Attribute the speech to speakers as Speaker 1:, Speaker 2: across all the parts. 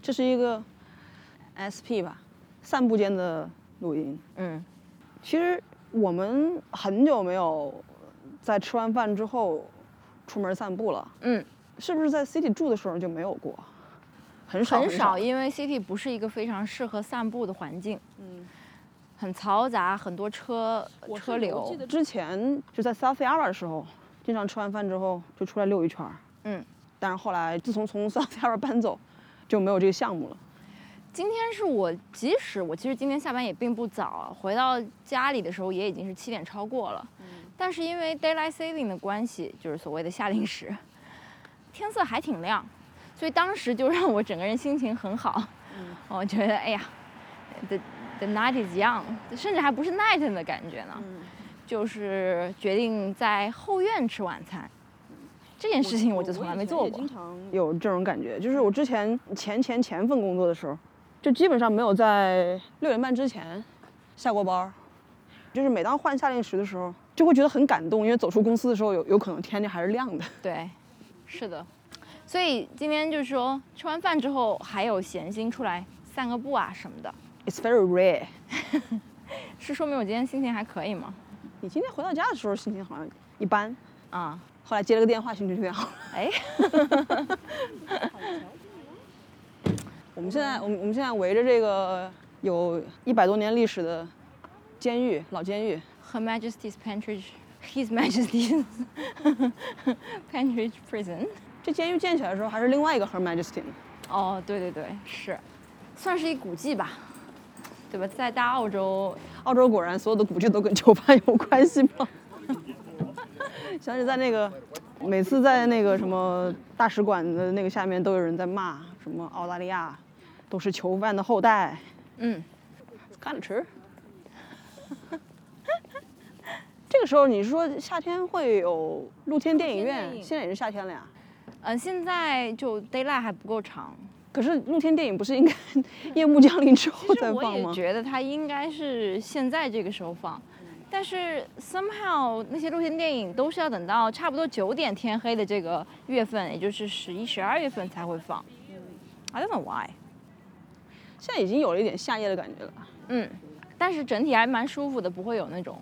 Speaker 1: 这是一个 SP 吧，散步间的录音。
Speaker 2: 嗯，
Speaker 1: 其实我们很久没有在吃完饭之后出门散步了，
Speaker 2: 嗯，
Speaker 1: 是不是在 City 住的时候就没有过？很少，
Speaker 2: 很
Speaker 1: 很
Speaker 2: 少，因为 City 不是一个非常适合散步的环境，
Speaker 1: 嗯，
Speaker 2: 很嘈杂，很多车
Speaker 1: 我
Speaker 2: 车
Speaker 1: 是我记
Speaker 2: 流
Speaker 1: 得。之前就在 South Yara 的时候，经常吃完饭之后就出来溜一圈儿。
Speaker 2: 嗯，
Speaker 1: 但是后来自从从 South Yara 搬走，就没有这个项目了。
Speaker 2: 今天是我，即使我其实今天下班也并不早，回到家里的时候也已经是七点超过了，但是因为 daylight saving 的关系，就是所谓的夏令时， 天色还挺亮，所以当时就让我整个人心情很好。
Speaker 1: 嗯
Speaker 2: 我觉得哎呀，the the night is young，甚至还不是 night 的感觉呢，
Speaker 1: 嗯，
Speaker 2: 就是决定在后院吃晚餐。这件事情我就从来没做过
Speaker 1: 经。常有这种感觉，就是我之前前前前份工作的时候，就基本上没有在六点半之前下过班儿。就是每当换夏令时的时候，就会觉得很感动，因为走出公司的时候有有可能天就还是亮的。
Speaker 2: 对，是的。所以今天就是说，吃完饭之后还有闲心出来散个步啊什么的，
Speaker 1: It's very rare。
Speaker 2: 是说明我今天心情还可以吗？
Speaker 1: 你今天回到家的时候心情好像一般，
Speaker 2: 啊、
Speaker 1: 后来接了个电话，心情就变好了。
Speaker 2: 哎，
Speaker 1: 我们现在，我们我们现在围着这个有一百多年历史的监狱，老监狱，
Speaker 2: Her Majesty's Pantry。His Majesty's Pantry Prison。
Speaker 1: 这监狱建起来的时候还是另外一个 Her Majesty 呢。
Speaker 2: 哦，对对对，是，算是一古迹吧，对吧？在大澳洲，
Speaker 1: 澳洲果然所有的古迹都跟酒吧有关系吗？ 想起在那个，每次在那个什么大使馆的那个下面都有人在骂什么澳大利亚都是囚犯的后代，
Speaker 2: 嗯，
Speaker 1: 干着吃。 这个时候你是说夏天会有露天电影
Speaker 2: 露天电
Speaker 1: 院，
Speaker 2: 影
Speaker 1: 现在也是夏天了呀。
Speaker 2: 呃，现在就 daylight 还不够长，
Speaker 1: 可是露天电影不是应该 夜幕降临之后
Speaker 2: 其实
Speaker 1: 再
Speaker 2: 我
Speaker 1: 放
Speaker 2: 也
Speaker 1: 吗？嗯
Speaker 2: 觉得它应该是现在这个时候放，但是 somehow 那些露天电影都是要等到差不多九点天黑的这个月份，也就是十一、十二月份才会放。I don't know why。
Speaker 1: 现在已经有了一点夏夜的感觉了。
Speaker 2: 嗯，但是整体还蛮舒服的，不会有那种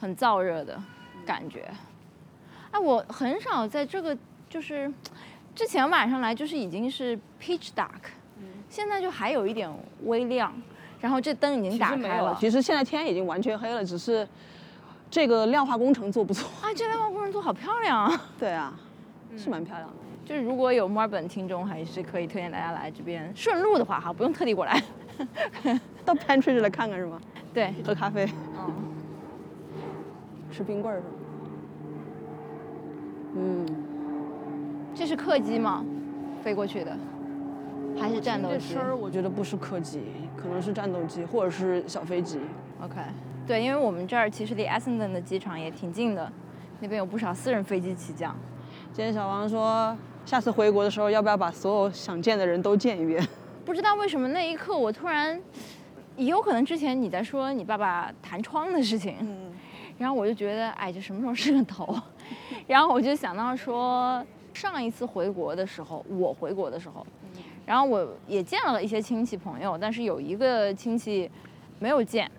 Speaker 2: 很燥热的感觉。哎，我很少在这个就是之前晚上来就是已经是 pitch dark，现
Speaker 1: 嗯
Speaker 2: 在就还有一点微亮，然后这灯已经打
Speaker 1: 其实没
Speaker 2: 开
Speaker 1: 有啊
Speaker 2: 了。
Speaker 1: 其实现在天已经完全黑了，只是这个量化工程做不错。
Speaker 2: 啊，这边外国人做好漂亮啊！
Speaker 1: 对啊，是蛮漂亮的。
Speaker 2: 就是如果有墨尔本听众，还是可以推荐大家来这边顺路的话哈，不用特地过来。
Speaker 1: 到 pantry 这来看看是吗？
Speaker 2: 对，
Speaker 1: 喝咖啡，
Speaker 2: 嗯，
Speaker 1: 吃冰棍儿是吗？嗯，
Speaker 2: 这是客机吗？飞过去的，还是战斗
Speaker 1: 这
Speaker 2: 机
Speaker 1: 声儿我觉得不是客机，可能是战斗机或者是小飞机。
Speaker 2: ？OK，对，因为我们这儿其实离 Essendon 的机场也挺近的，那边有不少私人飞机起降。
Speaker 1: 今天小王说，下次回国的时候要不要把所有想见的人都见一遍？
Speaker 2: 不知道为什么那一刻，我突然，也有可能之前你在说你爸爸弹窗的事情，
Speaker 1: 嗯，
Speaker 2: 然后我就觉得，哎，这什么时候是个头？然后我就想到说，上一次回国的时候，我回国的时候，然后我也见了一些亲戚朋友，但是有一个亲戚没有见。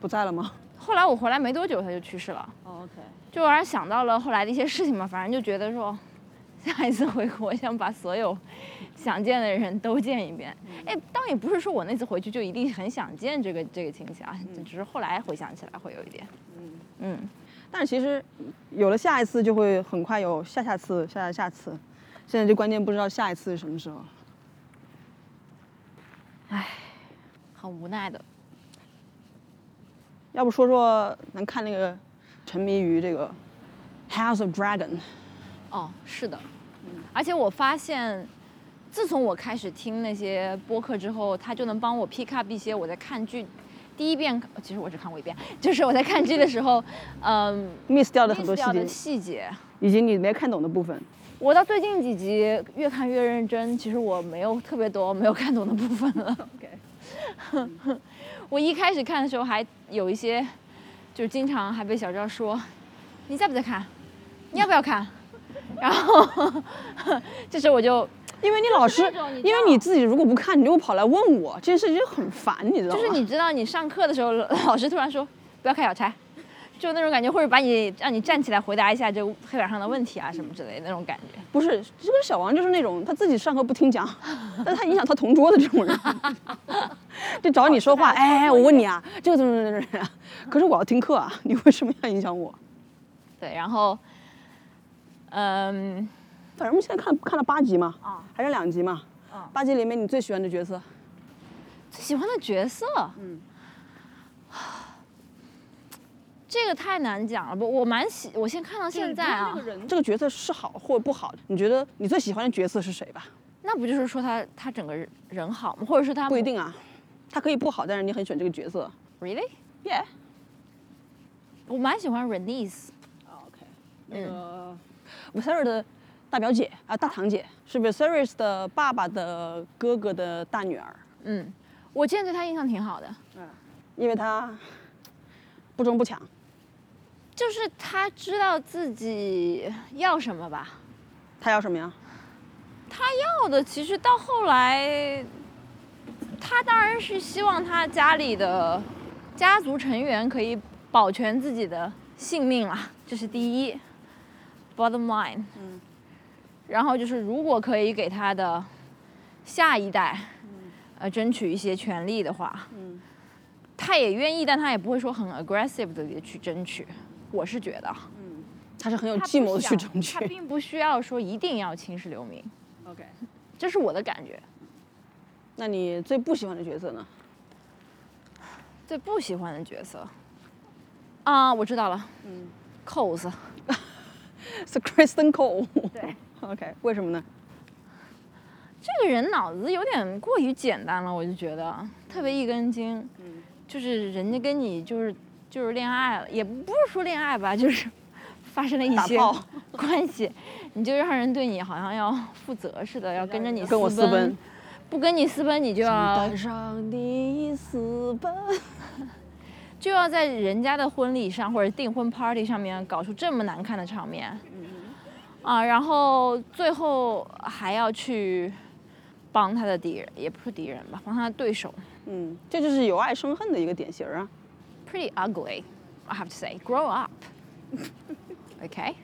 Speaker 1: 不在了吗
Speaker 2: 后来我回来没多久，他就去世了。
Speaker 1: 哦？OK，
Speaker 2: 就偶然想到了后来的一些事情嘛，反正就觉得说，下一次回国想把所有想见的人都见一遍。哎，倒也不是说我那次回去就一定很想见这个这个亲戚啊，只是后来回想起来会有一点。嗯
Speaker 1: 但是其实有了下一次，就会很快有下下次、下下下次。现在就关键不知道下一次是什么时候。
Speaker 2: 很无奈的。
Speaker 1: 要不说说咱看那个沉迷于这个《House of Dragon》，
Speaker 2: 哦，是的，而且我发现，自从我开始听那些播客之后，他就能帮我 pick up 一些我在看剧。第一遍，其实我只看过一遍，就是我在看剧的时候，嗯，
Speaker 1: miss 掉的很多
Speaker 2: miss
Speaker 1: 细
Speaker 2: 掉的
Speaker 1: 节，
Speaker 2: 细节。
Speaker 1: 以及你没看懂的部分。
Speaker 2: 我到最近几集越看越认真，其实我没有特别多没有看懂的部分了。 我一开始看的时候还有一些，就是经常还被小赵说，你在不在看？你要不要看？ 然后 这时候我就
Speaker 1: 因为你老师
Speaker 2: 这种你，知
Speaker 1: 因为
Speaker 2: 道
Speaker 1: 你自己如果不看，你就跑来问我，这件事情就很烦，你知道
Speaker 2: 就
Speaker 1: 吗？
Speaker 2: 是你知道，你上课的时候，老师突然说不要开小差，就那种感觉，或者把你让你站起来回答一下这黑板上的问题啊什么之类的那种感觉。
Speaker 1: 不是这个小王就是那种他自己上课不听讲， 但他影响他同桌的这种人， 就找你说 话，哎，我问你啊，这个怎么怎么怎么样？可是我要听课啊，你为什么要影响我？
Speaker 2: 对，然后，嗯，
Speaker 1: 反正我们现在看看了八集嘛，
Speaker 2: 啊
Speaker 1: 还剩两集嘛，
Speaker 2: 啊
Speaker 1: 八集里面你最喜欢的角色，
Speaker 2: 最喜欢的角色，
Speaker 1: 嗯，
Speaker 2: 这个太难讲了。不，我蛮喜，我先看到现在啊，
Speaker 1: 这个角色是好或不好？你觉得你最喜欢的角色是谁吧？
Speaker 2: 那不就是说他他整个人人好吗？或者是他
Speaker 1: 不一定啊，他可以不好，但是你很喜欢这个角色。
Speaker 2: ，really？
Speaker 1: Yeah。
Speaker 2: 我蛮喜欢 Renice，
Speaker 1: OK，那个嗯 Viserys 的大表姐啊、大堂姐是 Viserys 的爸爸的哥哥的大女儿，
Speaker 2: 嗯，我之前对他印象挺好的，
Speaker 1: 因为她不争不抢，
Speaker 2: 就是他知道自己要什么吧。
Speaker 1: 她要什么呀？
Speaker 2: 要的其实到后来，他当然是希望他家里的家族成员可以保全自己的性命啦，这是第一，bottom line。
Speaker 1: 嗯。
Speaker 2: 然后就是，如果可以给他的下一代，呃，争取一些权利的话，
Speaker 1: 嗯
Speaker 2: 他也愿意，但他也不会说很 aggressive 的去争取。我是觉得，
Speaker 1: 嗯，她是很有
Speaker 2: 他不
Speaker 1: 计谋的去
Speaker 2: 想
Speaker 1: 争
Speaker 2: 他
Speaker 1: 取。
Speaker 2: 并不需要说一定要青史留名，
Speaker 1: OK，
Speaker 2: 这是我的感觉。
Speaker 1: 那你最不喜欢的角 色呢？
Speaker 2: 最不喜欢的角色啊，我知道了，
Speaker 1: 嗯
Speaker 2: ，cos
Speaker 1: 是 Kristen Cole。
Speaker 2: 对
Speaker 1: OK，为什么呢？
Speaker 2: 这个人脑子有点过于简单了，我就觉得特别一根筋，
Speaker 1: 嗯
Speaker 2: 就是人家跟你就是就是恋爱了，也不是说恋爱吧，就是 发生了一
Speaker 1: 打
Speaker 2: 些
Speaker 1: 炮
Speaker 2: 关系，你就让人对你好像要负责似的，要跟着你
Speaker 1: 跟我私奔，
Speaker 2: 不跟你私奔你就要
Speaker 1: 带上你私奔。
Speaker 2: 就要在人家的婚礼上或者订婚 party 上面搞出这么难看的场面，
Speaker 1: 嗯
Speaker 2: 啊，然后最后还要去帮他的敌人，也不是敌人吧，帮他的对手
Speaker 1: 嗯，这就是由爱生恨的一个典型啊。
Speaker 2: ，pretty ugly，I have to say，grow up，OK，、Okay？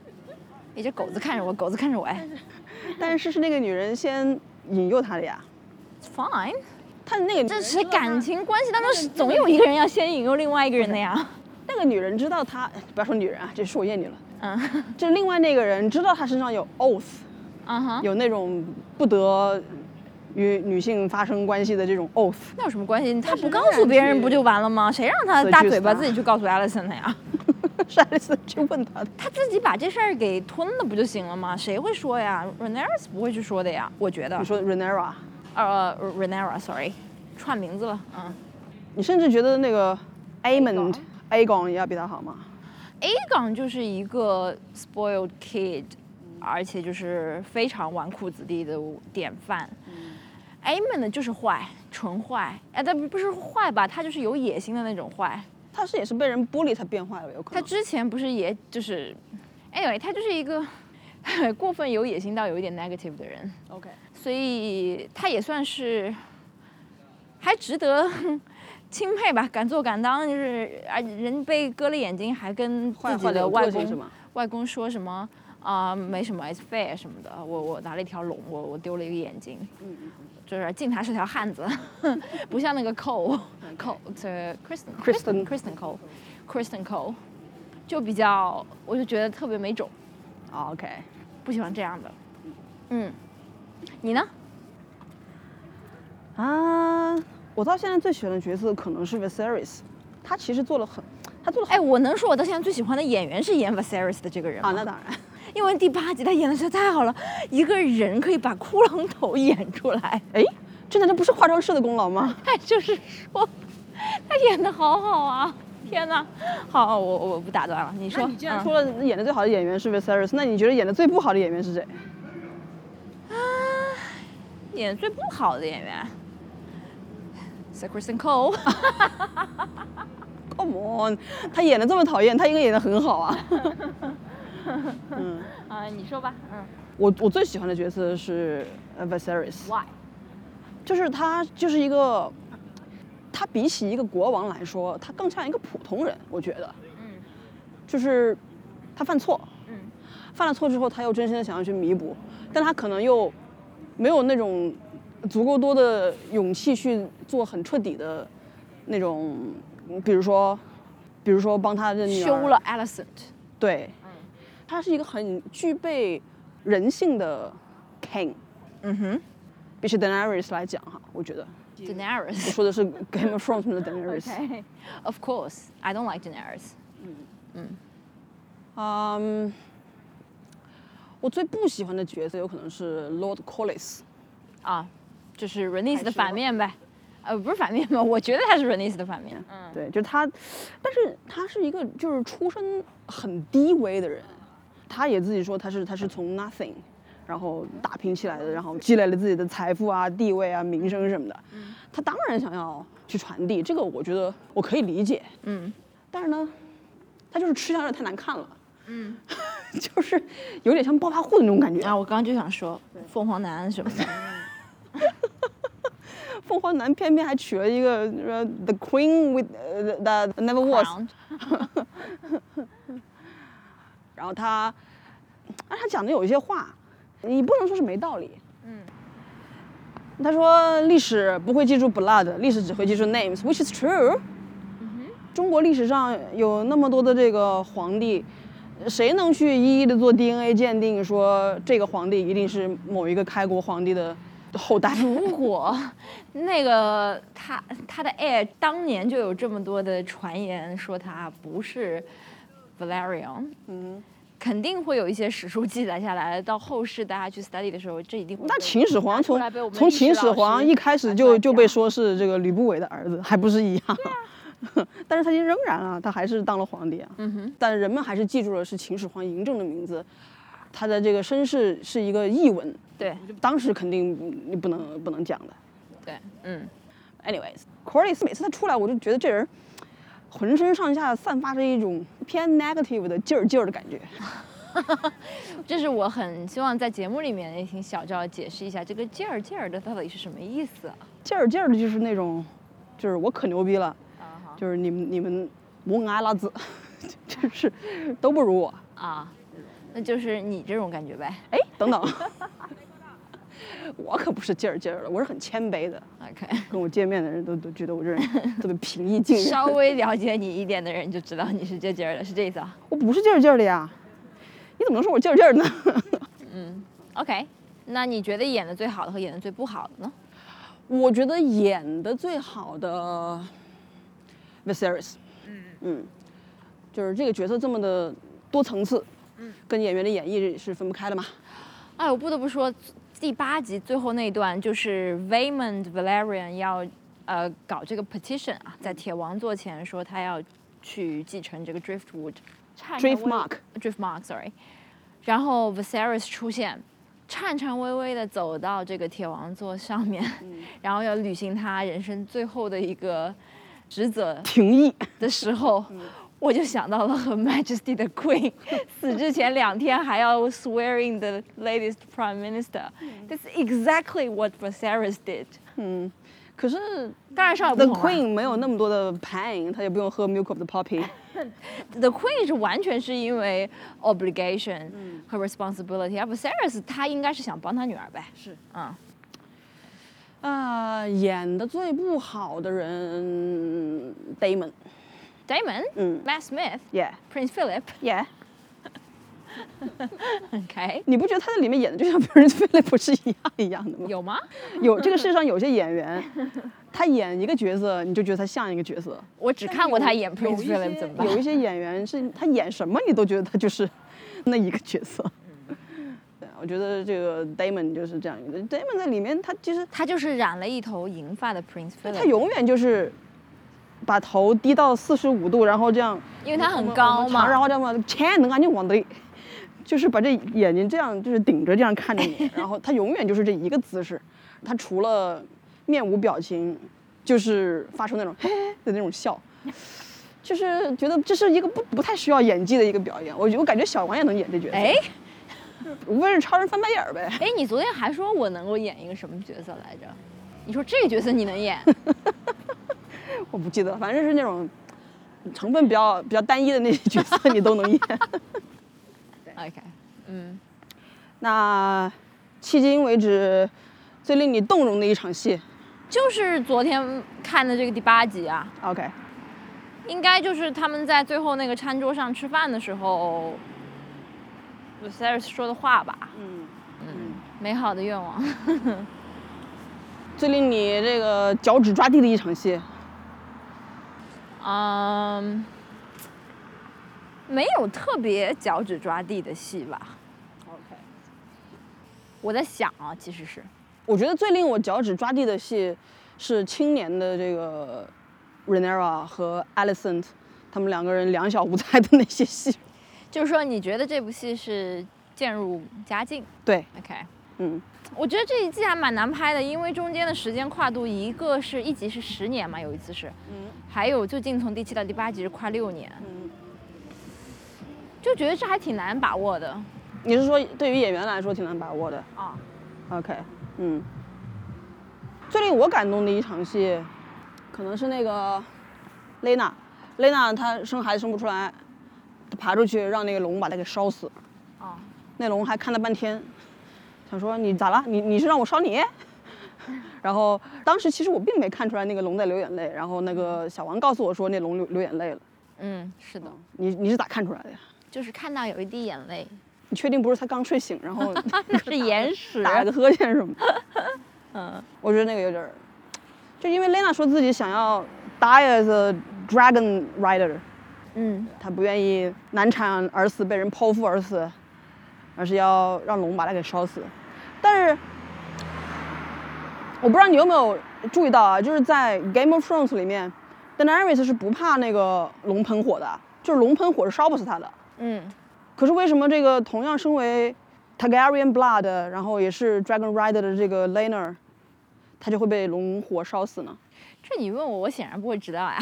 Speaker 2: 一只狗子看着我，狗子看着我，哎
Speaker 1: 但是是那个女人先引诱他的呀。
Speaker 2: ，it's fine，
Speaker 1: 他那个女
Speaker 2: 这
Speaker 1: 人
Speaker 2: 是
Speaker 1: 知道
Speaker 2: 感
Speaker 1: 他
Speaker 2: 情关系当中是总有一个人要先引诱另外一个人的呀，
Speaker 1: 那个女人知道他，不要说女人啊，这说我厌女了。
Speaker 2: 嗯，
Speaker 1: 就是另外那个人知道他身上有 oath，
Speaker 2: 啊哈，
Speaker 1: 有那种不得与女性发生关系的这种 oath。
Speaker 2: 那有什么关系？他
Speaker 1: 但是
Speaker 2: 不
Speaker 1: 仍
Speaker 2: 告诉
Speaker 1: 然
Speaker 2: 别人
Speaker 1: 去
Speaker 2: 不就完了吗？谁让他
Speaker 1: 自
Speaker 2: 大
Speaker 1: 居
Speaker 2: 嘴巴
Speaker 1: 撒
Speaker 2: 自己去告诉 Alison 的呀？
Speaker 1: 是爱丽丝去问他的，
Speaker 2: 他自己把这事儿给吞了不就行了吗？谁会说呀 r e n e r a s 不会去说的呀，我觉得
Speaker 1: 你。说 Renera，
Speaker 2: 呃 r e n e r a s o r r y 串名字了。嗯
Speaker 1: 你甚至觉得那个 Amond
Speaker 2: Aegon
Speaker 1: Aegon 也要比他好吗？
Speaker 2: ，A 港就是一个 spoiled kid，而且就是非常纨绔子弟的典范。a
Speaker 1: 嗯
Speaker 2: m o n 呢就是坏，纯坏。哎，但不是坏吧，他就是有野心的那种坏。
Speaker 1: 他是也是被人bully 才变坏了，有可
Speaker 2: 他
Speaker 1: 能。
Speaker 2: 之前不是也就是，anyway，他就是一个 过分有野心到有一点 negative 的人。
Speaker 1: OK，
Speaker 2: 所以他也算是还值得 钦佩吧，敢做敢当，就是啊，人被割了眼睛还跟
Speaker 1: 坏
Speaker 2: 自己
Speaker 1: 坏
Speaker 2: 的
Speaker 1: 的
Speaker 2: 外
Speaker 1: 个性是
Speaker 2: 公
Speaker 1: 吗？
Speaker 2: 外公说什么啊、没什么，it's fair 什么的，我我拿了一条龙，我我丢了一个眼睛，
Speaker 1: 嗯嗯
Speaker 2: 就是敬他是条汉子， 不像那个 Cole Cole 这 Kristen
Speaker 1: 嗯 Kristen
Speaker 2: Kristen Cole Kristen Cole 就比较，我就觉得特别没种，
Speaker 1: 嗯 OK，
Speaker 2: 不喜欢这样的，嗯，你呢？
Speaker 1: 啊，我到现在最喜欢的角色可能是 Viserys，他其实做了很，他做了很
Speaker 2: 哎，我能说我到现在最喜欢的演员是演 Viserys 的这个人吗？
Speaker 1: 啊，那当然。
Speaker 2: 因为第八集他演的实在太好了，一个人可以把骷髅头演出来，
Speaker 1: 哎，这难道不是化妆师的功劳吗？
Speaker 2: 哎，就是说他演的好好啊！天哪，好，我我不打断了，你说。
Speaker 1: 那你既然
Speaker 2: 嗯
Speaker 1: 说了演的最好的演员是 Viserys，那你觉得演的最不好的演员是谁？
Speaker 2: 演最不好的演员是 Kristen Cole，
Speaker 1: Come on，他演的这么讨厌，他应该演的很好啊。嗯，
Speaker 2: 啊，你说吧，嗯
Speaker 1: 我我最喜欢的角色是呃 Viserys，
Speaker 2: ，Why？
Speaker 1: 就是他就是一个，他比起一个国王来说，他更像一个普通人，我觉得，
Speaker 2: 嗯
Speaker 1: 就是他犯错，
Speaker 2: 嗯
Speaker 1: 犯了错之后，他又真心的想要去弥补，但他可能又没有那种足够多的勇气去做很彻底的那种，嗯比如说，比如说帮他的女儿
Speaker 2: 休了 Alicent，
Speaker 1: 对，
Speaker 2: 嗯
Speaker 1: 他是一个很具备人性的 king，
Speaker 2: 嗯哼
Speaker 1: 比起 Daenerys 来讲哈，我觉得 我
Speaker 2: ，Daenerys。
Speaker 1: 说的是 Game of Thrones 中的 Daenerys，
Speaker 2: Okay，of course, I don't like Daenerys。
Speaker 1: 嗯。我最不喜欢的角色有可能是 Lord Collis，
Speaker 2: 啊，就是 Renice
Speaker 1: 还
Speaker 2: 的
Speaker 1: 是
Speaker 2: 反
Speaker 1: 吗
Speaker 2: 面呗。呃，不是反面吧？我觉得他是 Renice 的反面。嗯，
Speaker 1: 对，就是他，但是他是一个就是出身很低微的人，他也自己说他是他是从 nothing，然后打拼起来的，然后积累了自己的财富啊、地位啊、名声什么的，
Speaker 2: 嗯
Speaker 1: 他当然想要去传递这个，我觉得我可以理解，
Speaker 2: 嗯，
Speaker 1: 但是呢，他就是吃相有点太难看了，
Speaker 2: 嗯，
Speaker 1: 就是有点像暴发户的那种感觉，
Speaker 2: 啊，我刚刚就想说凤凰男什么 的。
Speaker 1: 凤凰男偏偏还娶了一个呃 the queen with 呃 the the never was，
Speaker 2: Crown
Speaker 1: 然后他，啊，他讲的有一些话，你不能说是没道理。
Speaker 2: 嗯，
Speaker 1: 他说历史不会记住 blood，历史只会记住 names，which is true。中国历史上有那么多的这个皇帝，谁能去一一的做 DNA 鉴定，说这个皇帝一定是某一个开国皇帝的后代？
Speaker 2: 如果那个他他的 heir 当年就有这么多的传言说他不是 Valerian，
Speaker 1: 嗯，
Speaker 2: 肯定会有一些史书记载下来，到后世大家去 study 的时候，这一定会
Speaker 1: 那
Speaker 2: 被
Speaker 1: 秦始皇
Speaker 2: 拿出
Speaker 1: 从
Speaker 2: 来被我们
Speaker 1: 从
Speaker 2: 历史
Speaker 1: 秦始
Speaker 2: 老
Speaker 1: 皇
Speaker 2: 师
Speaker 1: 一开始
Speaker 2: 拿出
Speaker 1: 就
Speaker 2: 来
Speaker 1: 就被
Speaker 2: 讲
Speaker 1: 说是这个吕不韦的儿子，还不是一样？ 但是他仍然啊，他还是当了皇帝啊。
Speaker 2: 嗯哼，
Speaker 1: 但人们还是记住了是秦始皇嬴政的名字，他的这个身世是一个译文，
Speaker 2: 对
Speaker 1: 当时肯定你不能不能讲的。
Speaker 2: 对，嗯
Speaker 1: Anyways，Corliss 每次他出来，我就觉得这人浑身上下散发着一种偏 negative 的劲儿劲儿的感觉。
Speaker 2: 这是我很希望在节目里面也请小赵解释一下这个劲儿劲儿的到底是什么意思啊？
Speaker 1: 劲儿劲儿的就是那种，就是我可牛逼了，
Speaker 2: 啊
Speaker 1: 就是你们你们我挨拉子，就是都不如我。
Speaker 2: 哈啊，那就是你这种感觉呗。
Speaker 1: 哎，等 等，我可不是劲儿劲儿的，我是很谦卑的。
Speaker 2: OK，
Speaker 1: 跟我见面的人都都觉得我这人特别平易近人，
Speaker 2: 稍微了解你一点的人就知道你是这劲儿了，是这意思啊
Speaker 1: 我不是劲儿劲儿的呀，你怎么能说我劲儿劲儿呢？
Speaker 2: ？OK，那你觉得演的最好的和演的最不好的呢？
Speaker 1: 我觉得演的最好的 Viserys，嗯嗯，就是这个角色这么的多层次，嗯，跟演员的演绎是分不开的嘛。
Speaker 2: 哎，我不得不说，第八集最后那一段就是 Vaymond Valerian 要呃搞这个 petition 啊，在铁王座前说他要去继承这个 Driftwood。颤
Speaker 1: 哎
Speaker 2: 颤巍
Speaker 1: Driftmark
Speaker 2: Driftmark，sorry。然后 Viserys 出现，颤颤巍巍地走到这个铁王座上面， 然后要履行他人生最后的一个职责
Speaker 1: 廷议，
Speaker 2: 的时候，我就想到了和 Majesty 的 Queen 死之前两天还要 swearing the latest Prime Minister。That's exactly what Viserys did。
Speaker 1: 嗯，可是
Speaker 2: 当然上有
Speaker 1: The
Speaker 2: 不同啊
Speaker 1: Queen 没有那么多的 pain，她也不用喝 Milk of the Poppy，
Speaker 2: The Queen 是完全是因为 obligation 和 responsibility，而 Viserys 他应该是想帮他女儿呗。
Speaker 1: 是，
Speaker 2: 嗯，
Speaker 1: 啊、演的最不好的人 Damon，
Speaker 2: Damon、
Speaker 1: 嗯
Speaker 2: Matt Smith、
Speaker 1: ，Yeah
Speaker 2: Prince Philip，
Speaker 1: Yeah。
Speaker 2: OK，
Speaker 1: 你不觉得他在里面演的就像 Prince Philip 是一样一样的吗？
Speaker 2: 有吗？
Speaker 1: 有这个世上有些演 员，他演一个角色，你就觉得他像一个角色。
Speaker 2: 我只看过他演
Speaker 1: 有一
Speaker 2: Prince
Speaker 1: 些
Speaker 2: Philip 怎么办？
Speaker 1: 有一些演员是他演什么你都觉得他就是 那一个角色。
Speaker 2: 嗯
Speaker 1: 对，我觉得这个 Damon 就是这样一个。Damon 在里面，他其实
Speaker 2: 他就是染了一头银发的 Prince
Speaker 1: 他
Speaker 2: Philip，
Speaker 1: 永远就是把头低到四十五度，然后这样
Speaker 2: 因为他很高嘛。
Speaker 1: 然后这么钱能赶紧往对，就是把这眼睛这样就是顶着这样看着 你，然后他永远就是这一个姿势，他除了面无表情，就是发出那种嘿嘿的那种笑，就是觉得这是一个不不太需要演技的一个表演。我我感觉小王也能演这角色，
Speaker 2: 哎
Speaker 1: 无非是超人翻白眼儿呗。
Speaker 2: 哎，你昨天还说我能够演一个什么角色来着？你说这个角色你能 演？
Speaker 1: 我不记得了，反正是那种成分比较比较单一的那些角色，你都能演。
Speaker 2: OK，嗯，
Speaker 1: 那迄今为止最令你动容的一场戏
Speaker 2: 就是昨天看的这个第八集啊，
Speaker 1: ，OK，
Speaker 2: 应该就是他们在最后那个餐桌上吃饭的时候 v s e r s 说的话吧。
Speaker 1: 嗯，
Speaker 2: 美好的愿望，
Speaker 1: 最令你这个脚趾抓地的一场戏，
Speaker 2: 嗯，没有特别脚趾抓地的戏吧？我在想啊，其实是
Speaker 1: 我觉得最令我脚趾抓地的戏是青年的这个 Renera 和 Alicent，他们两个人两小无猜的那些戏。
Speaker 2: 就是说，你觉得这部戏是渐入佳境
Speaker 1: 对，
Speaker 2: ？OK，
Speaker 1: 嗯，
Speaker 2: 我觉得这一季还蛮难拍的，因为中间的时间跨度，一个是一集是十年嘛，有一次是，
Speaker 1: 嗯
Speaker 2: 还有最近从第七到第八集是快六年，
Speaker 1: 嗯，
Speaker 2: 就觉得这还挺难把握的
Speaker 1: 你是说对于演员来说挺难把握的
Speaker 2: 啊。
Speaker 1: ？OK，嗯，最令我感动的一场戏，可能是那个 Lena，Lena 她生孩子生不出来，她爬出去让那个龙把她给烧死，
Speaker 2: 啊，
Speaker 1: 那龙还看了半天，想说你咋了？你你是让我烧你？ 然后当时其实我并没看出来那个龙在流眼泪，然后那个小王告诉我说那龙流流眼泪了。
Speaker 2: 嗯，是的，
Speaker 1: 你你是咋看出来的呀？
Speaker 2: 就是看到有一滴眼泪，
Speaker 1: 你确定不是他刚睡醒，然后
Speaker 2: 啊那 是眼屎
Speaker 1: 打了个呵欠什么的？
Speaker 2: 嗯，
Speaker 1: 我觉得那个有点儿，就因为 Lena 说自己想要 die as a dragon rider，
Speaker 2: 嗯，
Speaker 1: 她不愿意难产而死，被人剖腹而死，而是要让龙把她给烧死。但是我不知道你有没有注意到啊，就是在《Game of Thrones》里面，Daenerys 是不怕那个龙喷火的，就是龙喷火是烧不死她的。
Speaker 2: 嗯，
Speaker 1: 可是为什么这个同样身为 Targaryen blood，然后也是 Dragon Rider 的这个 Laner，他就会被龙火烧死呢？
Speaker 2: 这你问我，我显然不会知道啊。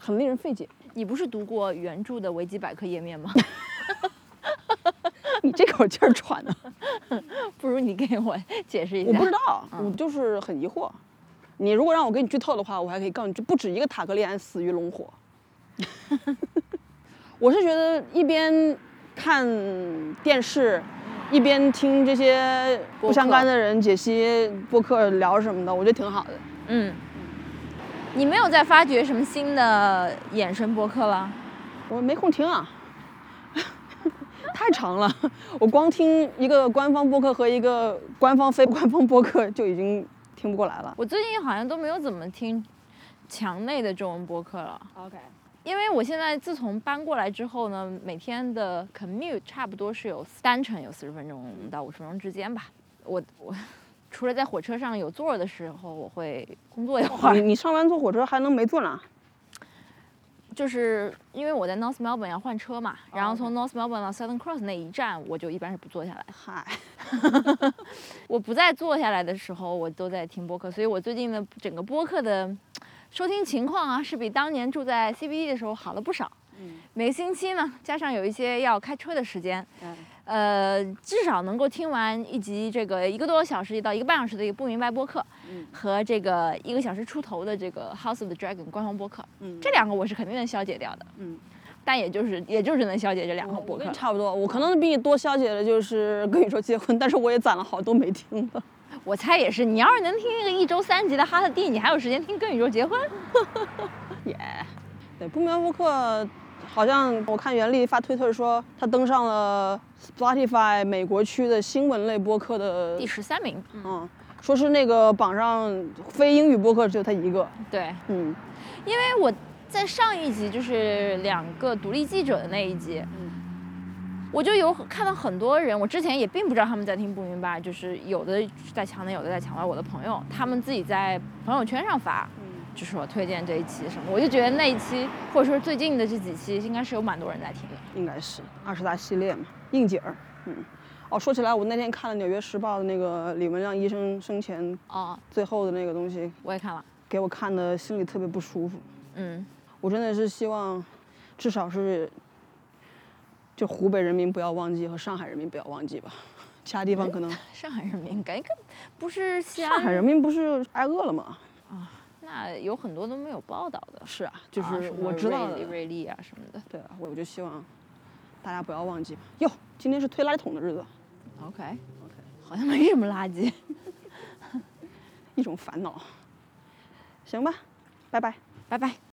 Speaker 1: 很令人费解。
Speaker 2: 你不是读过原著的维基百科页面吗？
Speaker 1: 你这口气儿喘啊的，
Speaker 2: 不如你给我解释一 下。
Speaker 1: 我不知道， 我就是很疑惑。你如果让我给你剧透的话，我还可以告诉你，就不止一个塔格利安死于龙 火。我是觉得一边看电视，一边听这些不相干的人解析播客聊什么的，我觉得挺好的。
Speaker 2: 嗯，你没有在发掘什么新的衍生播客了？
Speaker 1: 我没空听啊， 太长了。我光听一个官方播客和一个官方非官方播客就已经听不过来了。
Speaker 2: 我最近好像都没有怎么听墙内的中文播客了，
Speaker 1: OK，
Speaker 2: 因为我现在自从搬过来之后呢，每天的 commute 差不多是有单程有四十分钟到五十分钟之间吧。我我除了在火车上有座儿的时候，我会工作一会
Speaker 1: 你
Speaker 2: 儿，
Speaker 1: 你上完坐火车还能没坐呢？
Speaker 2: 就是因为我在 North Melbourne 要换车嘛，然后
Speaker 1: 哦
Speaker 2: 从 North Melbourne 到 Southern Cross 那一站，我就一般是不坐下来的。
Speaker 1: 嗨，
Speaker 2: 我不再坐下来的时候，我都在听播客，所以我最近的整个播客的收听情况啊，是比当年住在 CBD 的时候好了不少。
Speaker 1: 嗯
Speaker 2: 每个星期呢，加上有一些要开车的时间，
Speaker 1: 嗯
Speaker 2: 呃，至少能够听完一集这个一个多小时到一个半小时的一个不明白播客，
Speaker 1: 嗯
Speaker 2: 和这个一个小时出头的这个 House of the Dragon 官方播客，
Speaker 1: 嗯
Speaker 2: 这两个我是肯定能消解掉的，
Speaker 1: 嗯，
Speaker 2: 但也就是也就只能消解这两个播
Speaker 1: 我
Speaker 2: 客
Speaker 1: 跟
Speaker 2: 了
Speaker 1: 你。差不多，我可能比你多消解的就是跟你说结婚，但是我也攒了好多没听的。
Speaker 2: 我猜也是，你要是能听那个一周三集的哈特蒂，你还有时间听《跟宇宙结婚》？
Speaker 1: 对，不明白播客，好像我看袁立发推特说他登上了 Spotify 美国区的新闻类播客的
Speaker 2: 第十三名，嗯
Speaker 1: 嗯，说是那个榜上非英语播客只有他一个。
Speaker 2: 对，
Speaker 1: 嗯
Speaker 2: 因为我在上一集就是两个独立记者的那一集，我就有看到很多人，我之前也并不知道他们在听不明白，就是有的在墙内，有的在墙外。我的朋友他们自己在朋友圈上发，就是我推荐这一期什么，我就觉得那一期或者说最近的这几期应该是有蛮多人在听的。
Speaker 1: 应该是二十大系列嘛，应景儿。嗯，哦，说起来，我那天看了《纽约时报》的那个李文亮医生生前
Speaker 2: 哦，
Speaker 1: 最后的那个东西，
Speaker 2: 我也看了，
Speaker 1: 给我看的心里特别不舒服。
Speaker 2: 嗯，
Speaker 1: 我我真的是希望，至少是，就湖北人民不要忘记和上海人民不要忘记吧，其他地方 可能
Speaker 2: 上海人民感觉不是西
Speaker 1: 上
Speaker 2: 安
Speaker 1: 海人民不是挨饿了吗？
Speaker 2: 那有很多都没有报道的，
Speaker 1: 是啊，就
Speaker 2: 啊
Speaker 1: 是
Speaker 2: 什
Speaker 1: 我
Speaker 2: 么
Speaker 1: 知道
Speaker 2: 瑞丽
Speaker 1: 的。
Speaker 2: 瑞丽啊什么的。
Speaker 1: 对啊，我就希望大家不要忘记吧。哟，今天是推垃圾桶的日子，
Speaker 2: OK OK，好像没什么垃圾。
Speaker 1: 一种烦恼。行吧，拜拜。
Speaker 2: 拜拜。